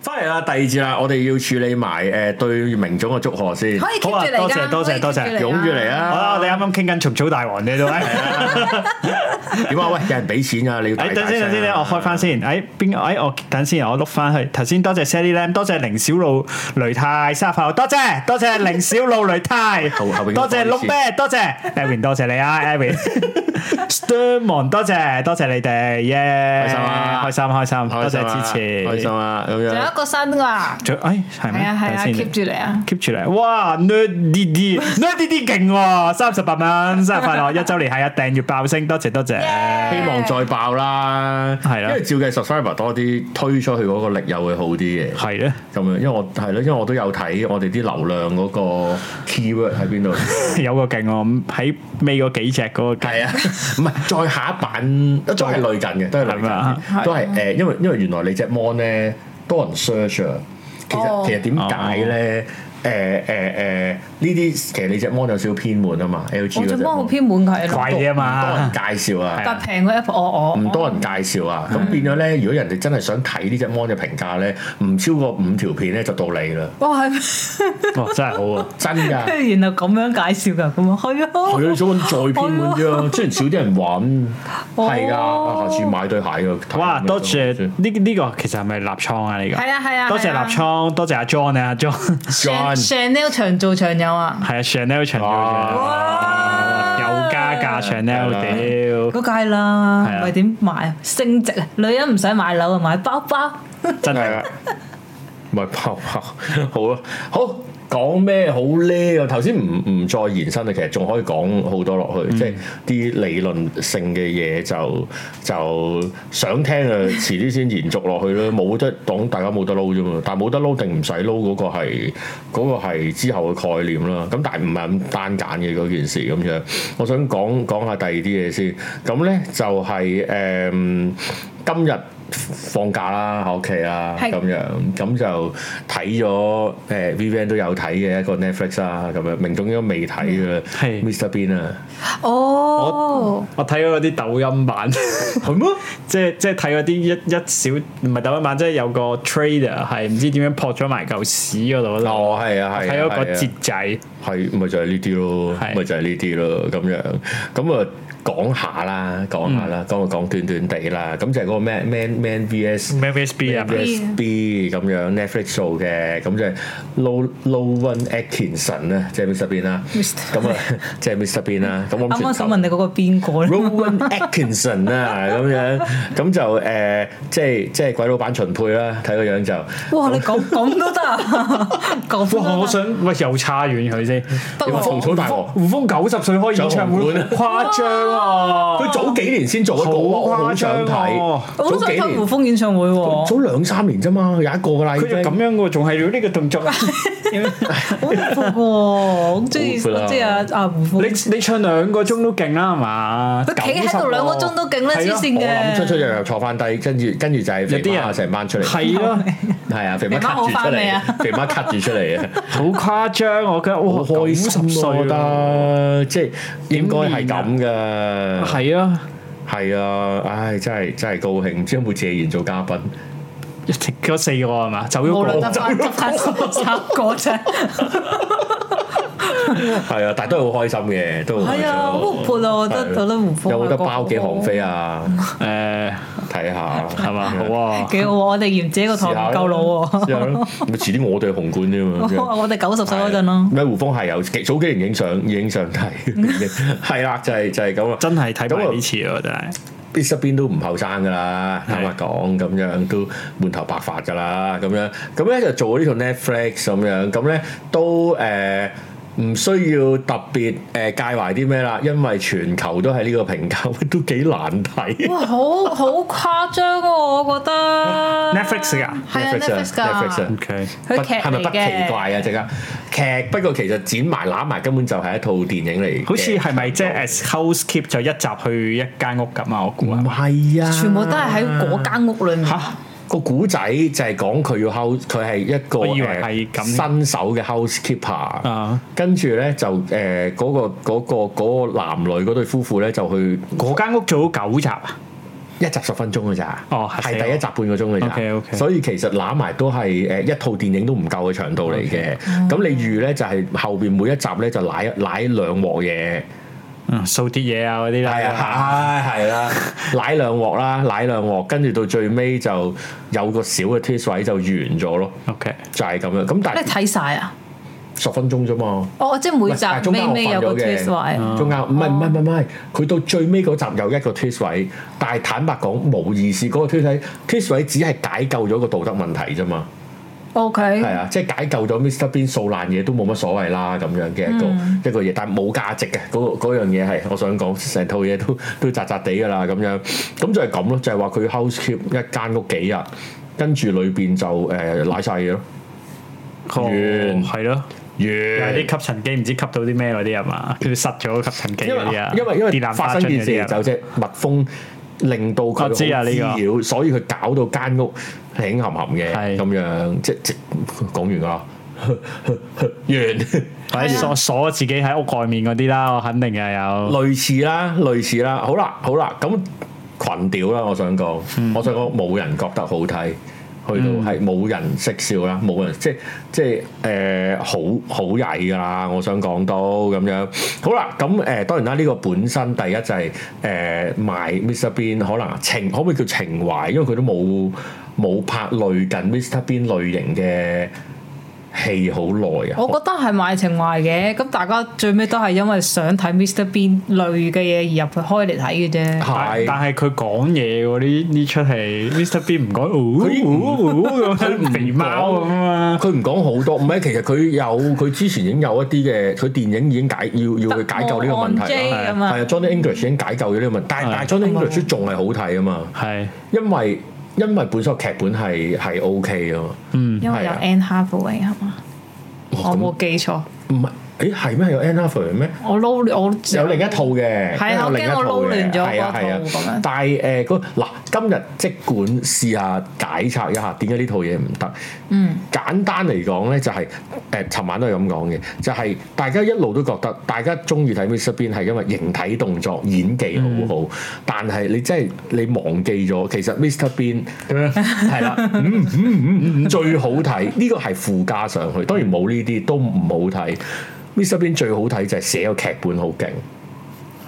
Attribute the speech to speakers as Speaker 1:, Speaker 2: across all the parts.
Speaker 1: 翻嚟啦，第二節啦，我哋要處理埋誒對明總嘅祝賀先。
Speaker 2: 可以 keep
Speaker 1: 好啊
Speaker 2: 住嚟
Speaker 1: 多
Speaker 2: 㗎
Speaker 1: 謝多
Speaker 2: 可以
Speaker 1: 謝多
Speaker 2: keep
Speaker 1: 謝，
Speaker 2: 住嚟㗎
Speaker 1: 湧住嚟
Speaker 2: 好
Speaker 1: 啊！
Speaker 3: 好啦，我哋啱啱傾緊蟲草大王你都係。
Speaker 1: 點啊？喂，有人俾錢啊！你要大
Speaker 3: 哎誒等
Speaker 1: 大
Speaker 3: 先，
Speaker 1: 聲啊
Speaker 3: 等先咧，我開翻先。誒邊個？誒我等先，啊我碌翻去。頭先多謝 Sally Lam，多謝凌小露雷太沙發，多謝多謝凌小露雷太，
Speaker 1: 後後邊
Speaker 3: 多謝碌咩？多謝 Evan，多謝你啊，Evan。Sturmon，多謝多謝你哋，耶！
Speaker 1: 開心啊
Speaker 3: 開心開心，多
Speaker 1: 開心啊
Speaker 3: 謝支持。
Speaker 1: 開心啊！咁
Speaker 2: 仲有
Speaker 1: 樣
Speaker 2: 一個新㗎，係啊
Speaker 3: 仲誒係
Speaker 1: 嗯
Speaker 3: 咩？
Speaker 2: 係
Speaker 3: 等
Speaker 2: 啊
Speaker 3: 先
Speaker 2: ，keep 住嚟啊！
Speaker 3: keep 住嚟，哇！nerd D D，nerd D D 勁喎，三十八蚊，生日快樂！一週年係啊，訂閱爆升，多謝多謝。
Speaker 2: Yeah
Speaker 1: 希望再爆啦，
Speaker 3: 係啦
Speaker 1: 因為照計 subscriber 多啲，推出去嗰個力又會好啲嘅。
Speaker 3: 係咧，
Speaker 1: 咁樣，因為我係咯，因為我都有睇我哋啲流量嗰個 keyword 喺邊度。
Speaker 3: 有個勁喎，喺尾嗰幾隻嗰個勁。
Speaker 1: 係啊， 唔係再下一版都係類近嘅，都係類
Speaker 3: 係咪啊
Speaker 1: 近嘅，都係誒，因為因為原來你隻 mon 咧多人 search 啊，其
Speaker 2: 哦
Speaker 1: 實其實點解咧？誒誒誒，呢啲其實你隻 mon 有少少偏門啊嘛，LG
Speaker 2: 我
Speaker 1: 嗰
Speaker 2: 做
Speaker 1: 隻
Speaker 2: 幫好
Speaker 1: mon
Speaker 2: 偏滿佢咯，
Speaker 3: 貴啊
Speaker 1: 唔多
Speaker 3: 嘛
Speaker 1: 人，介紹啊。
Speaker 2: 但平過 Apple，我我
Speaker 1: 唔多人介紹啊，咁變咗咧，如果人哋真係想睇呢隻 mon 嘅評價咧，唔超過五條片咧就到你啦，
Speaker 2: 我 哇係
Speaker 3: 哇真係好啊！
Speaker 1: 真 㗎。
Speaker 2: 咩，原來咁樣介紹㗎，咁啊係啊，
Speaker 1: 係啊，哎想再偏門啲啊，雖然少啲人玩，
Speaker 2: 哦
Speaker 1: 係㗎，啊下次買對鞋㗎。睇下
Speaker 3: 哇，
Speaker 1: 咩
Speaker 3: 多謝
Speaker 1: 先
Speaker 3: 呢呢個其實係咪立倉啊？呢個
Speaker 2: 係啊係啊
Speaker 3: 多謝
Speaker 2: 係啊
Speaker 3: 立倉，多謝阿 John 啊，阿
Speaker 1: John
Speaker 3: John
Speaker 2: Chanel 長做長有啊，
Speaker 3: 係啊，Chanel 陳耀
Speaker 2: 哇
Speaker 3: 有加
Speaker 1: 啊
Speaker 3: 價 Chanel
Speaker 2: 嗰
Speaker 3: 屌，
Speaker 2: 街啦
Speaker 3: 係啊，
Speaker 2: 為點買啊？升值啊！女人唔使買樓啊，買包包。
Speaker 3: 真
Speaker 1: 係啊
Speaker 3: 係
Speaker 1: 啦，唔係泡泡，好啊，好講咩好咧？頭先唔唔再延伸啦，其實仲可以講好多落去，即係啲理論性嘅嘢就就想聽啊，遲啲先延續落去啦。冇得講，大家冇得撈啫嘛。但係冇得撈定唔使撈嗰個係嗰、個係之後嘅概念啦。咁但係唔係咁單揀嘅嗰件事咁樣。我想講講下第二啲嘢先。咁咧就係、誒、今日放假啦，喺屋企啦，
Speaker 2: 係
Speaker 1: 咁樣。咁就睇咗誒 Vivian 都有睇嘅一個 Netflix 啦，咁樣明總應該未睇嘅
Speaker 3: 係
Speaker 1: Mr Bean 啊，
Speaker 2: 哦，
Speaker 3: 我睇嗰啲抖音 版。
Speaker 1: 係咩？
Speaker 3: 即係即係睇嗰啲一一小唔係抖音版，即係有個 trader 係唔知點樣撲咗埋嚿屎嗰度咯，
Speaker 1: 哦，係啊，係啊
Speaker 3: 睇嗰個
Speaker 1: 係啊
Speaker 3: 節仔，
Speaker 1: 係咪就係呢啲咯？
Speaker 3: 係
Speaker 1: 咪就係呢啲咯咁樣。咁啊講下啦，講下啦，講就講短短地啦。咁就係嗰個咩 Man Man VS。
Speaker 3: 咩 VSB 啊
Speaker 1: USB 咁樣 Netflix 做嘅，咁就係 Low Low One Atkinson 啦，即係 Mr Bean 啦，
Speaker 2: Mr.
Speaker 1: 咁啊，即係 Mr Bean 啦，咁我諗
Speaker 2: 啱啱
Speaker 1: 全
Speaker 2: 想
Speaker 1: 球
Speaker 2: 問你嗰個邊個咧？
Speaker 1: Rowan Atkinson 啊，咁樣咁就誒、呃即係即係鬼佬版秦沛啦，睇個樣就
Speaker 2: 哇！你講咁都得啊，咁都
Speaker 3: 哇！
Speaker 1: 啊
Speaker 3: 我
Speaker 2: 得啊
Speaker 3: 想喂又差遠佢先，
Speaker 2: 不
Speaker 1: 有冇啊蟲
Speaker 2: 過
Speaker 1: 草大王？
Speaker 3: 胡楓九十歲開演唱會，
Speaker 1: 上紅
Speaker 3: 誇 張啊！
Speaker 1: 佢早幾年先做一個，
Speaker 3: 好
Speaker 1: 我好
Speaker 3: 誇
Speaker 1: 想
Speaker 3: 張
Speaker 1: 睇
Speaker 3: 喎。
Speaker 2: 我都
Speaker 1: 早
Speaker 2: 想
Speaker 1: 幾
Speaker 2: 睇
Speaker 1: 年
Speaker 2: 胡，風演唱會喎，
Speaker 1: 早兩三年啫嘛，有一個㗎啦已
Speaker 3: 佢
Speaker 1: 經。
Speaker 3: 就咁樣喎，仲係要呢個 動作。
Speaker 2: 好佩服喎，我好中
Speaker 1: 好佩
Speaker 2: 意
Speaker 1: 服啦
Speaker 2: 即係啊啊胡風，
Speaker 3: 你你唱兩個鐘都勁啦，係嘛？
Speaker 2: 佢企喺度兩個鐘都勁啦，
Speaker 3: 係
Speaker 2: 黐
Speaker 3: 咯
Speaker 2: 線
Speaker 1: 我諗出出
Speaker 2: 嘅。
Speaker 1: 又又坐翻低，跟住跟住就係
Speaker 3: 有
Speaker 1: 肥
Speaker 3: 啲
Speaker 1: 媽
Speaker 3: 人
Speaker 1: 成班出嚟，
Speaker 3: 係咯，
Speaker 1: 係啊，肥媽
Speaker 2: 肥
Speaker 1: 咳
Speaker 2: 媽
Speaker 1: 住
Speaker 2: 好
Speaker 1: 出
Speaker 2: 返未啊
Speaker 1: 嚟，肥媽咳住出嚟 嘅。
Speaker 3: 好誇張，我覺得
Speaker 1: 好
Speaker 3: 哇，
Speaker 1: 開
Speaker 3: 90
Speaker 1: 心
Speaker 3: 歲
Speaker 1: 咯，我覺得即係應該係咁㗎。
Speaker 3: 係啊，
Speaker 1: 係啊，唉，真係真係高興，唔知有冇謝賢做嘉賓？
Speaker 3: 一直嗰四個係嘛，
Speaker 1: 啊
Speaker 3: 走咗
Speaker 2: 無論
Speaker 3: 個
Speaker 2: 得。翻得 翻三個啫，
Speaker 1: 係啊，但係都係好開心嘅，都好開
Speaker 2: 係
Speaker 1: 心
Speaker 2: 啊，好活潑啊！我覺得
Speaker 1: 係
Speaker 2: 覺得胡風
Speaker 1: 有冇得包幾航飛啊？
Speaker 3: 誒
Speaker 1: 睇下
Speaker 3: 係嘛？好啊，
Speaker 2: 幾好喎！我哋嫌自己個台唔夠老喎啊
Speaker 1: 試， 下咯，咪遲啲我對紅館啫嘛。
Speaker 2: 我哋九十歲嗰陣咯。
Speaker 1: 咩胡風係啊有早幾年影相影相睇， 係啦，就係就係咁啊。
Speaker 3: 真係睇
Speaker 1: 咁啊
Speaker 3: 埋呢次喎，真係。
Speaker 1: 必側邊都唔後生噶啦，
Speaker 3: 係
Speaker 1: 坦白講咁樣都滿頭白髮噶啦，咁樣咁咧就做呢套 Netflix 咁樣，咁咧都誒。呃唔需要特別誒、呃介懷啲咩啦，因為全球都係呢個評價， 都幾難睇。
Speaker 2: 哇，好好誇張喎！我覺得
Speaker 3: Netflix 㗎
Speaker 2: 係啊 Netflix
Speaker 1: 啊
Speaker 2: 㗎，
Speaker 3: OK，
Speaker 1: 不
Speaker 2: 佢劇
Speaker 1: 係咪不
Speaker 2: 嚟
Speaker 1: 奇
Speaker 2: 嘅，
Speaker 1: 怪啊？即刻劇，不過其實剪埋攬埋根本就係一套電影嚟嘅。
Speaker 3: 好似係咪即係 as housekeep 就一集去一間屋咁啊？我估
Speaker 1: 唔
Speaker 3: 啊，
Speaker 1: 係啊？
Speaker 2: 全部都係喺嗰間屋裏面。
Speaker 3: 嚇
Speaker 1: 個古仔就係講佢要 house，佢係一個
Speaker 3: 我以為
Speaker 1: 呃
Speaker 3: 係咁
Speaker 1: 新手嘅 housekeeper，、
Speaker 3: 啊
Speaker 1: 跟住咧就呃誒嗰、個嗰、個嗰個男女嗰對夫婦咧就去
Speaker 3: 嗰間屋做咗九集啊，
Speaker 1: 一一集十分鐘嘅咋，
Speaker 3: 哦嚇死
Speaker 1: 係
Speaker 3: 我
Speaker 1: 第一集半個鐘嘅咋
Speaker 3: OK，OK
Speaker 1: 所以其實揦埋都係誒一套電影都唔夠嘅長度嚟嘅。咁你預咧就係後邊每一集咧就攋攋兩鑊嘢，
Speaker 3: 嗯，數啲嘢啊嗰啲
Speaker 1: 係
Speaker 3: 啦，
Speaker 1: 啊，係啦，攋兩鑊啦，攋兩鑊，跟住到最尾就有個小嘅 twist 位就完咗咯，
Speaker 3: ，OK，
Speaker 1: 就係咁樣。咁但
Speaker 2: 你
Speaker 1: 係
Speaker 2: 睇晒啊？
Speaker 1: 十分鐘啫嘛。
Speaker 2: 哦，即係每
Speaker 1: 唔係但係
Speaker 2: 集
Speaker 1: 中間
Speaker 2: 尾
Speaker 1: 我
Speaker 2: 尾有個
Speaker 1: 瞓咗嘅
Speaker 2: twist 位，哦
Speaker 1: 中間唔係唔係唔係唔係，佢到最尾嗰集有一個 twist 位，但係坦白講冇意思。嗰、個 twist 位 twist 位只係解救咗個道德問題啫嘛，
Speaker 2: O
Speaker 1: 係
Speaker 2: K，
Speaker 1: 啊，即係解救咗 Mr Bean 數爛嘢都冇乜所謂啦咁樣嘅一個、一個嘢，但係冇價值嘅嗰嗰樣嘢係，我想講成套嘢都 都扎扎地㗎啦咁樣，咁就係咁咯，就係話佢 housekeep 一間屋幾日，跟住裏邊就誒賴晒嘢咯，
Speaker 3: 哦
Speaker 1: 完
Speaker 3: 係咯。又
Speaker 1: 完
Speaker 3: 係啲吸塵機唔知吸到啲咩嗰啲係嘛？佢塞咗吸塵機
Speaker 1: 因
Speaker 3: 嗰啲
Speaker 1: 為
Speaker 3: 啊，
Speaker 1: 因為因
Speaker 3: 電
Speaker 1: 為
Speaker 3: 纜
Speaker 1: 發
Speaker 3: 花
Speaker 1: 生
Speaker 3: 樽
Speaker 1: 件
Speaker 3: 嗰啲
Speaker 1: 事
Speaker 3: 啊
Speaker 1: 就即係蜜蜂令到佢好
Speaker 3: 我
Speaker 1: 滋
Speaker 3: 知啊呢個
Speaker 1: 擾，所以佢搞到間屋輕含含嘅
Speaker 3: 係
Speaker 1: 咁樣，即即講完㗎啦， 完
Speaker 3: 或
Speaker 1: 啊
Speaker 3: 者鎖鎖自己喺屋外面嗰啲啦，我肯定又有。
Speaker 1: 類似啦，類似啦，好啦，好啦，咁群屌啦，我想講，我想講冇人覺得好睇。去到係冇人識笑啦，冇人即即誒、呃好好曳㗎啦！我想講都咁樣，好啦，咁誒、呃、當然啦，呢、個本身第一就係、誒、賣 Mr Bean 可能情可唔可以叫情懷，因為佢都冇冇拍類近 Mr Bean 類型嘅戲好耐啊。
Speaker 2: 我覺得係賣情懷嘅，咁大家最尾都係因為想睇 Mr Bean 類嘅嘢而入去開嚟睇嘅 啫。
Speaker 1: 係
Speaker 3: 但係佢講嘢喎，呢呢出戲 Mr. Bean 唔講，
Speaker 1: 佢
Speaker 3: 哦哦哦咁樣肥貓咁啊嘛，
Speaker 1: 佢唔講好多，唔係其實佢有佢之前已經有一啲嘅，佢電影已經解要要去解救呢個問題啦。
Speaker 2: 咁
Speaker 1: 係
Speaker 2: 啊，
Speaker 1: 啊，Johnny English 已經解救咗呢個問題，但係
Speaker 3: 係
Speaker 1: 但係 Johnny English 都仲係好睇啊嘛，
Speaker 3: 係
Speaker 1: 因為因為本身個劇本係係 OK 啊嘛。
Speaker 3: 嗯
Speaker 2: 因為有 Anne Hathaway 係嘛？我
Speaker 1: 哦
Speaker 2: 冇記錯，
Speaker 1: 咁唔係，誒係咩有 Anne Hathaway 咩？
Speaker 2: 我撈亂我
Speaker 1: 有另一套嘅，
Speaker 2: 係啊
Speaker 1: 有另一套嘅
Speaker 2: 我驚我撈亂咗
Speaker 1: 係啊
Speaker 2: 嗰套
Speaker 1: 係啊
Speaker 2: 咁樣
Speaker 1: 但係誒嗰嗱，今日即管試下解拆一下點解呢套嘢唔得。
Speaker 2: 嗯，
Speaker 1: 簡單嚟講咧，就係誒，尋晚都係咁講嘅，就係、大家一路都覺得大家中意睇 Mr Bean 係因為形體動作演技好好，
Speaker 2: 嗯
Speaker 1: 但係你真係你忘記咗，其實 Mr Bean 係 啦，嗯嗯嗯嗯最好睇呢個係附加上去，當然冇呢啲都唔好睇。Mr Bean 最好睇就係寫個劇本好勁。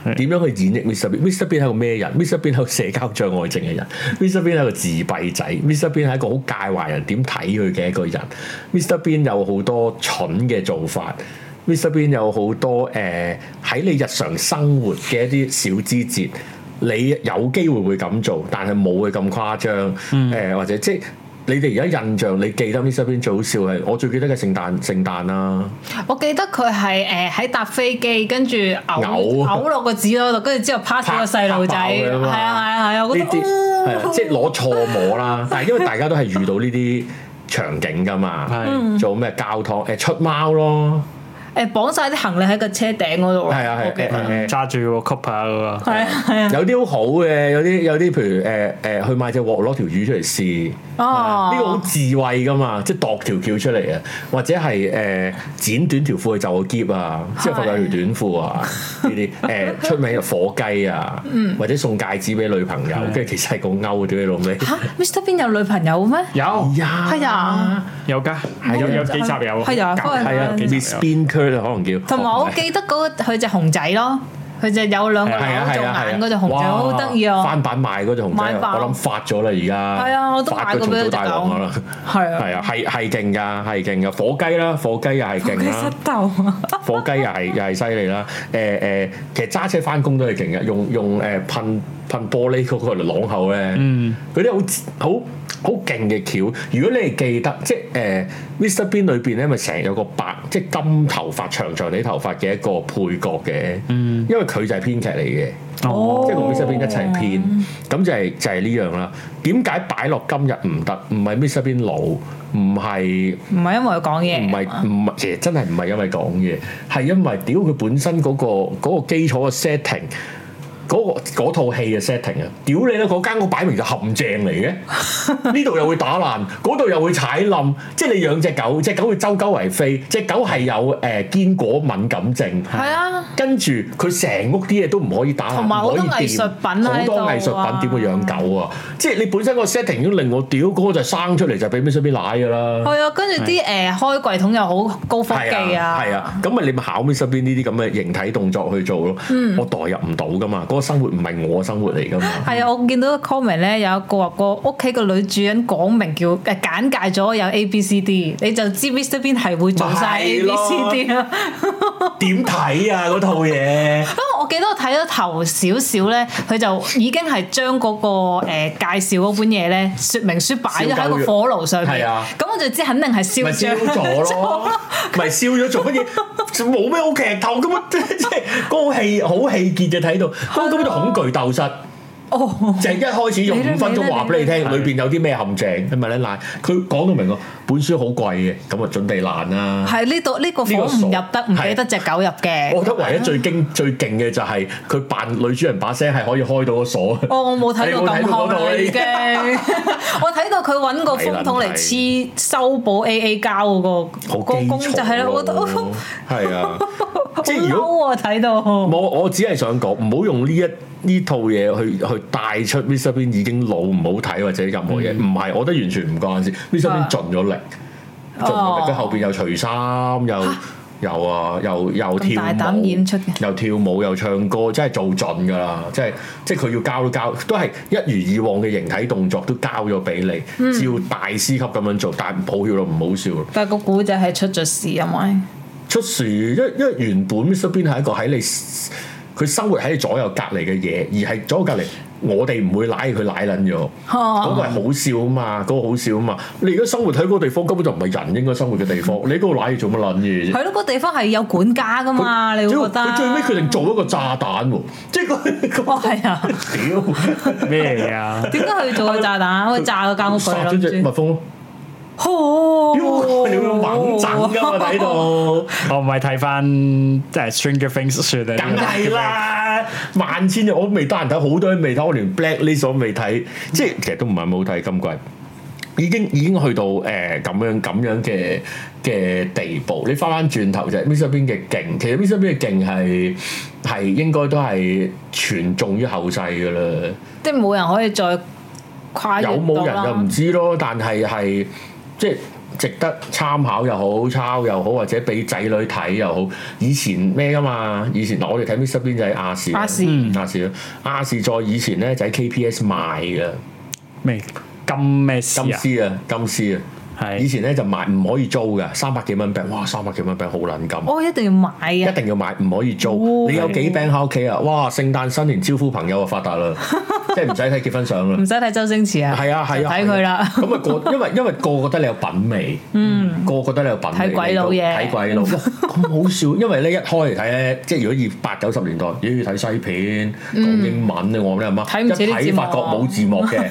Speaker 3: 係
Speaker 1: 點樣去演繹 Mr Bean？Mr Bean 係個咩人？Mr Bean 係個社交障礙症嘅人，Mr Bean 係個自閉仔，Mr Bean 係一個好介懷人點睇佢嘅一個人，Mr Bean 有好多蠢嘅做法。Mr Bean 有好多誒喺、你日常生活嘅一啲小枝節，你有機會會咁做，但係冇佢咁誇張。誒、或者即係你哋而家印象，你記得 Mr Bean 最好笑係我最記得嘅聖誕聖誕啦、
Speaker 2: 我記得佢係誒喺搭飛機，跟住嘔
Speaker 1: 嘔
Speaker 2: 嘔落個紙嗰度，跟住之後 pass 咗個細路仔，
Speaker 1: 拍拍爆佢
Speaker 2: 係
Speaker 1: 啊嘛
Speaker 2: 啊係啊係啊，我覺
Speaker 1: 呢
Speaker 2: 得
Speaker 1: 啲係啊，即係攞錯摸啦。 但係因為大家都係遇到呢啲場景噶嘛，
Speaker 3: 係
Speaker 1: 做咩教堂誒出貓咯，
Speaker 2: 誒綁晒啲行李喺個車頂嗰度，
Speaker 1: 係啊
Speaker 2: 我記
Speaker 1: 係
Speaker 2: 得
Speaker 1: 誒誒
Speaker 3: 揸住個 cup 啊嗰個，
Speaker 2: 係啊係啊，
Speaker 1: 有啲好好嘅，有啲有啲譬如誒誒去買隻鑊攞條魚出嚟試，
Speaker 2: 哦，
Speaker 1: 呢個好智慧噶嘛，即係度條橋出嚟啊，或者係誒剪短條褲去就個篋啊，之後佢有條短褲啊，呢啲誒出名嘅火雞啊，
Speaker 2: 嗯
Speaker 1: 或者送戒指俾女朋友，跟住其實係個勾屌你老味，哎
Speaker 2: 嚇 Mr Bean 有女朋友咩？
Speaker 3: 有
Speaker 1: 呀
Speaker 2: 係啊。
Speaker 3: 有㗎，有有幾集有，
Speaker 2: 係啊嗰個
Speaker 1: 係啊
Speaker 2: 嗯
Speaker 1: ，Miss Bean 區啦，可能叫。
Speaker 2: 同埋我
Speaker 1: 哦
Speaker 2: 記得嗰個佢隻熊仔咯，佢隻有兩個
Speaker 1: 係啊
Speaker 2: 眼
Speaker 1: 係
Speaker 2: 做
Speaker 1: 啊
Speaker 2: 眼
Speaker 1: 係啊
Speaker 2: 嗰隻熊仔好得意
Speaker 1: 哇
Speaker 2: 啊，
Speaker 1: 翻版賣嗰隻熊仔，
Speaker 2: 買爆
Speaker 1: 我諗發咗啦而家。
Speaker 2: 係啊我都
Speaker 1: 發
Speaker 2: 買過
Speaker 1: 咗
Speaker 2: 俾
Speaker 1: 重
Speaker 2: 佢
Speaker 1: 組
Speaker 2: 隻
Speaker 1: 大王可能。
Speaker 2: 係啊，
Speaker 1: 係啊，係係勁㗎，係勁㗎，火雞啦，火雞又係
Speaker 2: 佢
Speaker 1: 勁啦
Speaker 2: 膝。頭啊，
Speaker 1: 火雞又係又係犀利啦！誒、誒，其實揸車翻工都係勁嘅，用用誒、噴噴玻璃嗰個嚟啷口咧，嗰啲好好好勁嘅橋。如果你係記得，即係誒、Mr Bean 裏邊咧，咪成日有個白即係金頭髮、長長地頭髮嘅一個配角嘅，因為佢就係編劇嚟嘅。
Speaker 3: 哦
Speaker 1: 即係同 Mr Bean 一齊編，咁就係、就係、呢樣啦。點解擺落今日唔得？唔係 Mr Bean 老，唔係
Speaker 2: 唔係因為佢講嘢，
Speaker 1: 唔係唔係，其實真係唔係因為講嘢，係因為屌佢本身嗰、個嗰個基礎嘅 setting 嗰個嗰套戲嘅 setting 啊，屌你啦！嗰間屋擺明就陷阱嚟 嘅，呢度又會打爛，嗰度又會踩冧，即係你養隻狗，隻狗會周鳩圍飛，隻狗係有誒、呃、堅果敏感症，
Speaker 2: 係啊，
Speaker 1: 跟住佢成屋啲嘢都唔可以打爛，
Speaker 2: 同埋好多
Speaker 1: 唔可以掂
Speaker 2: 藝術品喺
Speaker 1: 好多
Speaker 2: 度啊
Speaker 1: 藝術品點會養狗啊？即係你本身嗰個 setting 已經令我屌，嗰、個就生出嚟就俾 Mr. B 奶㗎啦。
Speaker 2: 係啊，跟住啲誒開櫃桶又好高科技啊，
Speaker 1: 係啊，咁咪你咪考咩身邊呢啲咁嘅形體動作去做咯。
Speaker 2: 嗯
Speaker 1: 我代入唔到噶嘛，嗰、個生活唔係我生活嚟噶嘛。
Speaker 2: 係啊，我見到個 comment 咧有一個話個屋企個女主人講明叫誒簡介咗有 A B C D，你就知 Mr Bean 係會做晒
Speaker 1: 咪係
Speaker 2: A B
Speaker 1: 咯
Speaker 2: C D 啦。
Speaker 1: 點睇啊？嗰套嘢
Speaker 2: 不過我記得我睇咗頭少少咧，佢就已經係將嗰個呃介紹嗰本嘢咧說明書擺咗喺個火爐上面
Speaker 1: 係啊，
Speaker 2: 咁我就知肯定係
Speaker 1: 咪
Speaker 2: 燒
Speaker 1: 燒 咗咯，咪燒咗做乜嘢？冇咩好劇透噶嘛， 即係嗰個戲好氣結就睇到，嗰個根本就恐懼鬥室。
Speaker 2: 哦，
Speaker 1: 就係一開始用
Speaker 2: 你啦
Speaker 1: 五分鐘話俾你
Speaker 3: 你
Speaker 1: 聽，
Speaker 3: 啦
Speaker 1: 裏邊有啲咩陷阱，你咪咧爛。佢講到明喎，本書好貴嘅，咁啊準備爛啦。
Speaker 2: 係呢度呢個火唔入得，唔俾得隻狗入
Speaker 1: 我
Speaker 2: 嘅。
Speaker 1: 覺得唯一最勁 最勁嘅就係佢扮女主人把聲係可以開到個鎖。
Speaker 2: 哦，我冇睇到咁開啦，已
Speaker 1: 你冇睇
Speaker 2: 經。 我睇到佢揾個風筒嚟黐修補 A A 膠嗰個
Speaker 1: 好
Speaker 2: 嗰
Speaker 1: 基
Speaker 2: 個
Speaker 1: 礎
Speaker 2: 公仔係啦，我覺得好
Speaker 1: 咯係啊，即係如果
Speaker 2: 嬲啊！睇到
Speaker 1: 我我只係想講，唔好用呢一呢套嘢去去帶出 Mr Bean 已經老唔好睇或者任何嘢，唔係、我覺得完全唔關事。Mr Bean
Speaker 2: 嗯啊哦
Speaker 1: 盡咗力，盡咗力，佢後邊又除衫又。又啊，又又
Speaker 2: 咁
Speaker 1: 跳
Speaker 2: 大
Speaker 1: 舞，
Speaker 2: 膽演出嘅
Speaker 1: 又跳舞又唱歌，真係做盡㗎啦！即係即係佢要交都交，都係一如以往嘅形體動作都交咗俾你，
Speaker 2: 嗯
Speaker 1: 照大師級咁樣做，但係唔抱歉咯，唔好笑咯。
Speaker 2: 但係個古仔係出咗事，因為
Speaker 1: 出事，因為因為原本 Mr Bean 係一個喺你佢生活喺你左右隔離嘅嘢，而係左右隔離我哋唔會舐佢舐撚咗，
Speaker 2: 哦
Speaker 1: 嗰個係好笑啊嘛，嗰、個好笑啊嘛。你而家生活喺嗰個地方根本就唔係人應該生活嘅地方，你喺嗰度舐嘢做乜撚 嘢啫？
Speaker 2: 嗯係咯，個地方係有管家噶嘛，你會覺得
Speaker 1: 佢最尾決定做一個炸彈喎，即係佢
Speaker 2: 哦係啊，
Speaker 1: 屌
Speaker 3: 咩嚟 啊？
Speaker 2: 點解佢要做個炸彈？佢炸個間屋佢
Speaker 1: 殺咗隻蜜
Speaker 2: 諗住，
Speaker 1: 蜂咯，
Speaker 2: 哦
Speaker 1: 妖你會猛整㗎嘛喺度。
Speaker 3: 我唔係睇翻即係 Stranger Things 算啦，
Speaker 1: 梗係啦，萬千我未得閒睇，好多人未睇，我連 Black List 都未睇，即係其實都唔係冇睇今季。已經已經去到誒咁、樣咁樣嘅嘅地步，你翻翻轉頭就係 Mr Bean 嘅勁，其實 Mr Bean 嘅勁係係應該都係傳頌於後世㗎啦。
Speaker 2: 即係冇人可以再跨越
Speaker 1: 有冇
Speaker 2: 啊到
Speaker 1: 人就
Speaker 2: 啦
Speaker 1: 唔。知咯，但係係即係值得參考又好，抄又好，或者俾仔女睇又好。以前咩噶嘛？以前嗱，我哋睇 Mr Bean 就係亞視啦，
Speaker 2: 亞視
Speaker 1: 嗯亞視咯，亞視再以前咧就喺 KPS 賣嘅
Speaker 3: 咩金咩事
Speaker 1: 金
Speaker 3: 啊？
Speaker 1: 絲啊，金絲啊。以
Speaker 3: 係
Speaker 1: 前咧就賣唔可以租嘅，三百幾蚊餅，哇！三百幾蚊餅好撚金。
Speaker 2: 我一定要買
Speaker 1: 一
Speaker 2: 啊！
Speaker 1: 定要買，唔可以租。
Speaker 2: 哦
Speaker 1: 你有幾餅喺屋企啊？哇！聖誕新年招呼朋友啊，發達啦， 即係唔使睇結婚相啦
Speaker 2: 唔。使睇周星馳啊，
Speaker 1: 係啊係
Speaker 2: 就
Speaker 1: 啊，
Speaker 2: 睇佢啦。
Speaker 1: 咁啊個，因為因為個個覺得你有品味，嗯，個個覺得你有品味，
Speaker 2: 睇鬼佬嘢
Speaker 1: 睇鬼佬哇咁好笑。因為咧一開嚟睇咧，即係如果以八九十年代，如果要睇西片講英文咧，我咧阿媽
Speaker 2: 嗯睇唔似
Speaker 1: 一
Speaker 2: 啲啊字
Speaker 1: 睇
Speaker 2: 幕
Speaker 1: 發覺冇字幕 嘅，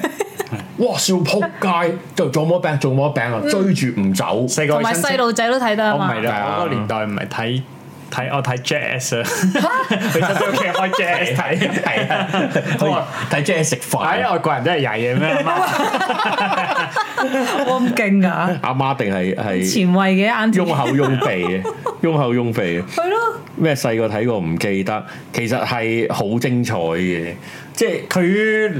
Speaker 1: 哇笑撲街，就做魔餅做魔餅
Speaker 2: 嗯
Speaker 1: 啊，追住唔走。
Speaker 3: 細個
Speaker 2: 同埋
Speaker 3: 親戚
Speaker 2: 細路仔都睇得啊
Speaker 3: 我唔
Speaker 2: 嘛，
Speaker 3: 係
Speaker 1: 係啊
Speaker 3: 啦，我嗰個年代唔係睇睇我睇 Jazz 啊，去親戚屋企開 Jazz 睇，
Speaker 1: 係啊，可以睇即係食飯
Speaker 2: 啊
Speaker 3: 哎。外國人真係 曳嘅咩？
Speaker 2: 我咁勁 噶，
Speaker 1: 阿媽定係係
Speaker 2: 前衞嘅眼睛
Speaker 1: 擁口擁鼻嘅，擁口擁鼻啊嘅。
Speaker 2: 係咯，
Speaker 1: 咩細個睇過唔記得，其實係好精彩嘅，即係
Speaker 3: 佢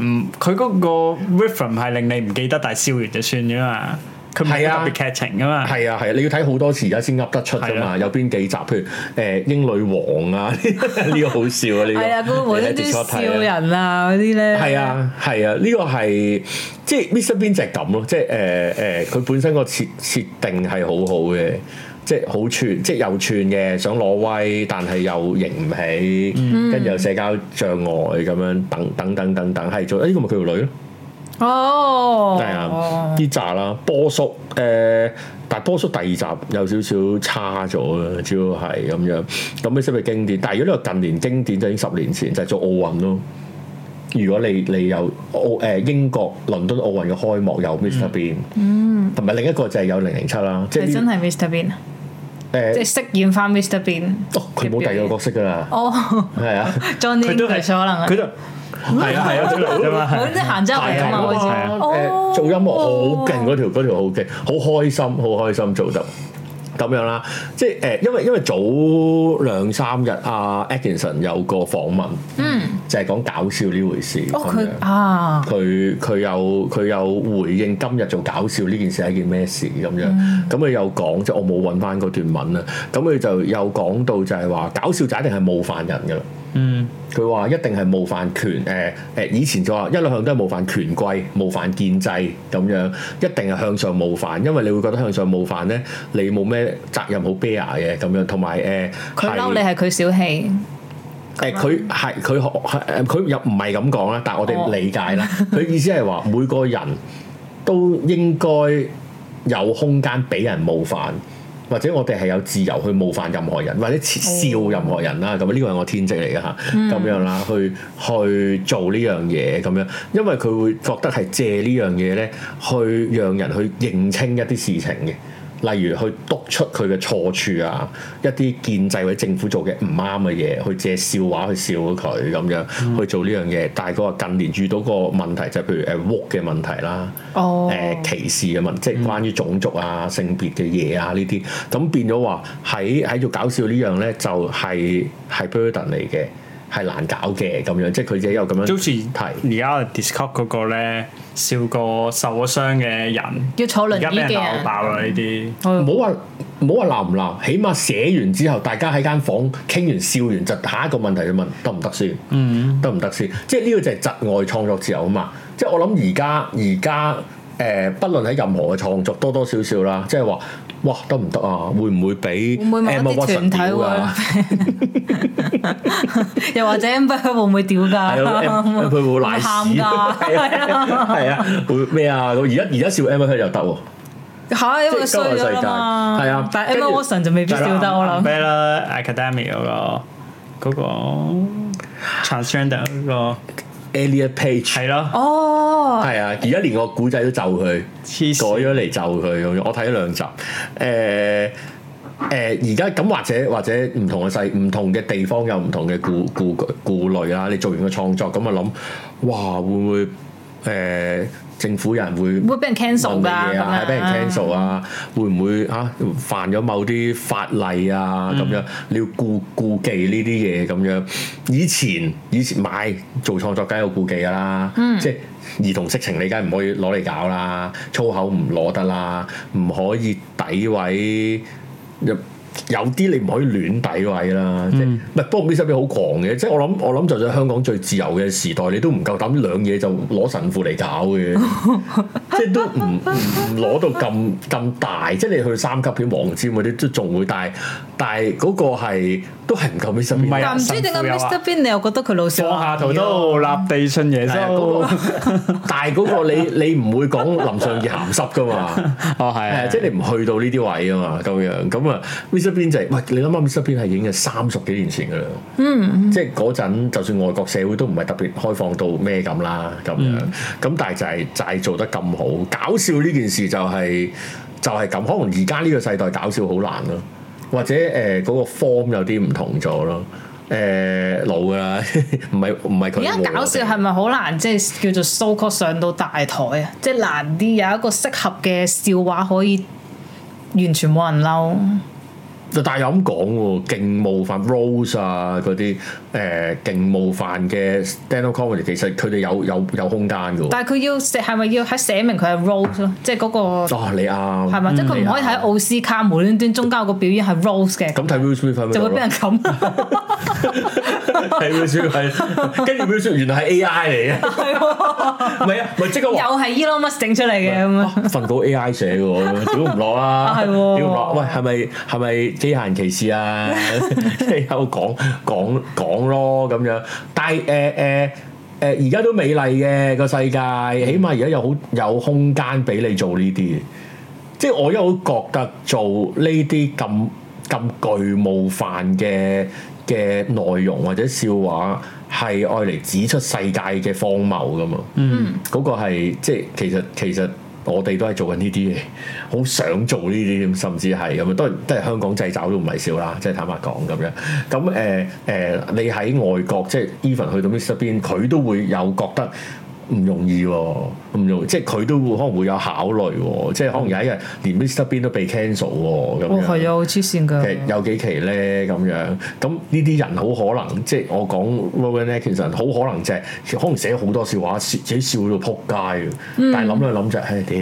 Speaker 3: 唔佢嗰個 rhythm 係令你唔記得，但係笑完就算噶嘛。佢唔
Speaker 1: 係
Speaker 3: 係
Speaker 1: 啊
Speaker 3: 特別劇情噶嘛。
Speaker 1: 係啊係啊，你要睇好多次而家先噏得出㗎
Speaker 3: 係
Speaker 1: 嘛，
Speaker 3: 啊
Speaker 1: 有邊幾集？譬如誒、呃英女王啊， 呢個好笑啊，呢、個
Speaker 2: 係啊，佢無端
Speaker 1: 你喺
Speaker 2: 端
Speaker 1: Discord 睇啊
Speaker 2: 笑人啊嗰啲咧，
Speaker 1: 係，啊，係啊，呢、個係即係 Mr Bean 就係咁咯，即係誒誒，佢、本身個設設定係好好嘅，即係好串，即係又串嘅，想攞威，但係又型唔起，
Speaker 2: 嗯
Speaker 1: 跟住又社交障礙咁樣，等等等等等，係做誒呢、個咪佢條女咯。
Speaker 2: 哦，
Speaker 1: 係啊，啲扎啦，波叔誒、但係波叔第二集有少少差咗啦，主要係咁樣。咁呢啲咪經典，但係如果呢個近年經典就已經十年前，就係、做奧運咯。如果你你有奧誒、英國倫敦奧運嘅開幕有 Mr Bean，同埋、另一個就係有零零七啦，即係
Speaker 2: 嗯係
Speaker 1: 呢
Speaker 2: 真係 Mr Bean 啊
Speaker 1: 誒，
Speaker 2: 即係飾演翻 Mr Bean
Speaker 1: 哦佢冇第二個角色㗎啦，
Speaker 2: 哦
Speaker 1: 係啊，
Speaker 2: ，Johnny
Speaker 3: 佢都係
Speaker 2: English 可能
Speaker 3: 佢就係啊 係啊，佢嚟啫嘛
Speaker 2: 佢。即係行周圍啊嘛，好
Speaker 3: 係
Speaker 2: 似
Speaker 3: 啊
Speaker 1: 誒做音樂好勁，嗰條嗰條好勁，好開心，好開心做得。咁樣啦，即係誒、因為因為早兩三日阿 Atkinson 有個訪問，嗯，就係講搞笑呢回事。
Speaker 2: 哦
Speaker 1: 咁樣
Speaker 2: 佢啊，
Speaker 1: 佢佢有佢有回應今日做搞笑呢件事係一件咩事咁樣，
Speaker 2: 嗯
Speaker 1: 咁佢、有講即係我冇揾翻嗰段文啦，咁佢就有講到就係話搞笑就一定係冒犯人㗎啦。
Speaker 3: 嗯，
Speaker 1: 佢話一定係冒犯權誒誒、呃以前就話一路向都係冒犯權貴、冒犯建制咁樣，一定係向上冒犯，因為你會覺得向上冒犯咧，你冇咩責任好 bear 嘅咁樣，同埋誒
Speaker 2: 佢嬲你
Speaker 1: 係
Speaker 2: 係佢小氣，
Speaker 1: 誒佢係佢學係佢又唔係咁講啦，但係我
Speaker 2: 哦
Speaker 1: 哋理解啦，佢、意思係話每個人都應該有空間俾人冒犯。或者我哋係有自由去冒犯任何人，或者恥笑任何人啦。咁啊呢個係我天職嚟嘅嚇，咁樣啦，去去做呢樣嘢咁樣，因為佢會覺得係借呢樣嘢咧，去讓人去認清一啲事情嘅。例如去督促佢嘅錯處啊，一啲建制或者政府做嘅唔啱嘅嘢，去借笑話去笑佢咁樣去做呢樣嘢。但係佢話近年遇到個問題就係譬如誒 woke 嘅問題啦。呃
Speaker 2: 哦，
Speaker 1: 誒歧視嘅問，即係關於種族啊、性別嘅嘢啊呢啲，咁變咗話喺喺做搞笑呢樣咧，就係係 burden 嚟嘅，係難搞嘅咁樣，即係佢自己有咁樣
Speaker 3: 就好似
Speaker 1: 提。
Speaker 3: 而家 Discord 嗰個咧，笑過受咗傷嘅人，
Speaker 2: 要坐輪
Speaker 3: 而家
Speaker 2: 椅
Speaker 3: 俾人
Speaker 2: 嘅
Speaker 3: 鬧
Speaker 2: 人，
Speaker 3: 爆啦呢啲。
Speaker 1: 唔
Speaker 2: 嗯
Speaker 1: 好話唔好話鬧唔鬧，起碼寫完之後，大家喺間房傾完笑完，就下一個問題就問得唔得先，
Speaker 2: 嗯
Speaker 1: 得唔得先？即係呢個就係窒礙創作自由啊嘛！即係我諗而家而家誒，不論喺任何嘅創作，多多少少啦，即係話哇得唔得啊？會唔會俾
Speaker 2: 會唔會某
Speaker 1: Emma
Speaker 2: 啲
Speaker 1: Watson
Speaker 2: 團體
Speaker 1: 屌啊㗎？
Speaker 2: 會？又或者 Amber 會唔會屌㗎？
Speaker 1: 係咯，M- 佢會唔會賴
Speaker 2: 喊
Speaker 1: 屎，
Speaker 2: 㗎，係啊，
Speaker 1: 係啊，會咩啊？咁而家而家笑 M 佢又得喎，
Speaker 2: 嚇，因為衰咗
Speaker 1: 即係今日世
Speaker 2: 啦嘛，
Speaker 1: 界係啊
Speaker 2: 但係 Emma
Speaker 1: 跟住
Speaker 2: Watson 就未必笑得我諗，
Speaker 3: Umbrella Academy 嗰個嗰個 transgender 嗰個
Speaker 1: Elliot Page
Speaker 3: 係咯，
Speaker 2: 哦，
Speaker 1: 係啊，而家連個古仔都就佢。
Speaker 3: 黐
Speaker 1: 改
Speaker 3: 線
Speaker 1: 咗嚟就佢咁樣，我睇咗兩集。誒誒，而家咁或者或者唔同嘅世，唔同嘅地方有唔同嘅顧顧顧慮啦。你做完個創作咁啊諗，哇會唔會誒、呃政府有人會
Speaker 2: 會俾人
Speaker 1: 問
Speaker 2: cancel
Speaker 1: 你
Speaker 2: 㗎
Speaker 1: 嘢
Speaker 2: 咁
Speaker 1: 啊，係
Speaker 2: 樣，
Speaker 1: 俾人 cancel 啊，會唔會啊犯咗某啲法例啊
Speaker 2: 嗯
Speaker 1: 咁樣？你要顧顧忌呢啲嘢咁樣。以前以前買做創作梗係有顧忌㗎啦，
Speaker 2: 嗯
Speaker 1: 即係兒童色情你梗係唔可以攞嚟搞啦，粗口唔攞得啦，唔可以詆毀。有啲你唔可以亂詆毀
Speaker 3: 嗯
Speaker 1: 啦，即係唔係？不過 Mr. Bean 好狂嘅，即係我諗我諗，就算香港最自由嘅時代，你都唔夠膽兩嘢就攞神父嚟搞 嘅。即係都唔唔唔攞到咁咁大，即係你去三級片黃尖嗰啲都仲會，但係但係嗰個係都係唔夠 m i s
Speaker 3: 唔係
Speaker 2: 但唔知點解
Speaker 3: 神父有啊
Speaker 2: Mr Bean 你又覺得佢老少
Speaker 3: 放下屠刀立地信耶
Speaker 1: 係啊
Speaker 3: 穌
Speaker 1: 嗰。
Speaker 3: 啊
Speaker 1: 個但係嗰個你你唔會講林尚義鹹濕噶 嘛？
Speaker 3: 哦係
Speaker 1: 係
Speaker 3: 啊，
Speaker 1: 啊，即係你唔去到呢啲位啊嘛，咁樣咁啊，Mr Bean 就係、喂，你諗下 Mr Bean 係已經係三十幾年前噶啦，嗯，即係嗰陣就算外國社會都唔係特別開放到咩咁啦，咁樣咁、但係就係、就係、做得咁好，搞笑呢件事就係、就係、咁，可能而家呢個世代搞笑好難咯，或者誒嗰、個 form 有啲唔同咗咯。誒、老㗎啦， 唔係唔係佢
Speaker 2: 而家
Speaker 1: 老
Speaker 2: 搞
Speaker 1: 我
Speaker 2: 笑
Speaker 1: 哋
Speaker 2: 係咪好難即係叫做 so called 上到大台啊？即係難啲有一個適合嘅笑話可以完全冇人嬲。
Speaker 1: 但係又咁講喎，勁冒犯 Rose 啊嗰啲誒勁冒犯嘅 stand-up comedy，其實佢哋有有有空間嘅喎。
Speaker 2: 但係佢要寫係咪要喺寫明佢係 rose 咯？即係嗰個
Speaker 1: 哦，你啱。
Speaker 2: 係咪？即係佢唔可以喺奧斯卡無端端中間有個表演係 rose 嘅，
Speaker 1: 咁睇 Will Smith 係咪
Speaker 2: 就
Speaker 1: 得
Speaker 2: 會俾
Speaker 1: 咯？
Speaker 2: 人 冚。
Speaker 1: 睇 Will Smith 係，跟住 Will Smith 原來係 AI 嚟嘅，唔係啊，咪即刻
Speaker 2: 又
Speaker 1: 話
Speaker 2: 係 Elon Musk 整出嚟嘅咁啊！
Speaker 1: 份稿 AI 寫嘅喎，屌唔落啦，
Speaker 2: 啊係
Speaker 1: 屌
Speaker 2: 喎
Speaker 1: 唔落，喂係咪係咪機械人歧視啊？ 即係喺度講講講咯咁樣，但係誒誒。呃呃而家都美麗嘅個世界，起碼而家有好有空間俾你做呢啲，即係我一路覺得做呢啲咁咁巨冒犯嘅嘅內容或者笑話係愛嚟指出世界嘅荒謬噶嘛。嗰個係即係其實其實我哋都係做緊呢啲嘢，好想做呢啲，甚至係咁樣。當然，都係香港製找都唔係少啦，即係坦白講咁樣。咁誒誒，你喺外國，即係 even 去到 Mr Bean，佢都會有覺得。唔容易喎、唔容易，即係佢都會可能會有考慮喎、即係可能有一日連 Mr Bean 都被 cancel 喎、咁
Speaker 2: 哦，
Speaker 1: 樣。
Speaker 2: 係啊，好黐線
Speaker 1: 其實
Speaker 2: 㗎。
Speaker 1: 有幾期咧咁樣，咁呢啲人好可能即係我講 Rowan Atkinson 好可能就係、可能寫好多笑話，笑自己笑到撲街嘅，
Speaker 2: 嗯
Speaker 1: 但係諗兩諗就唉屌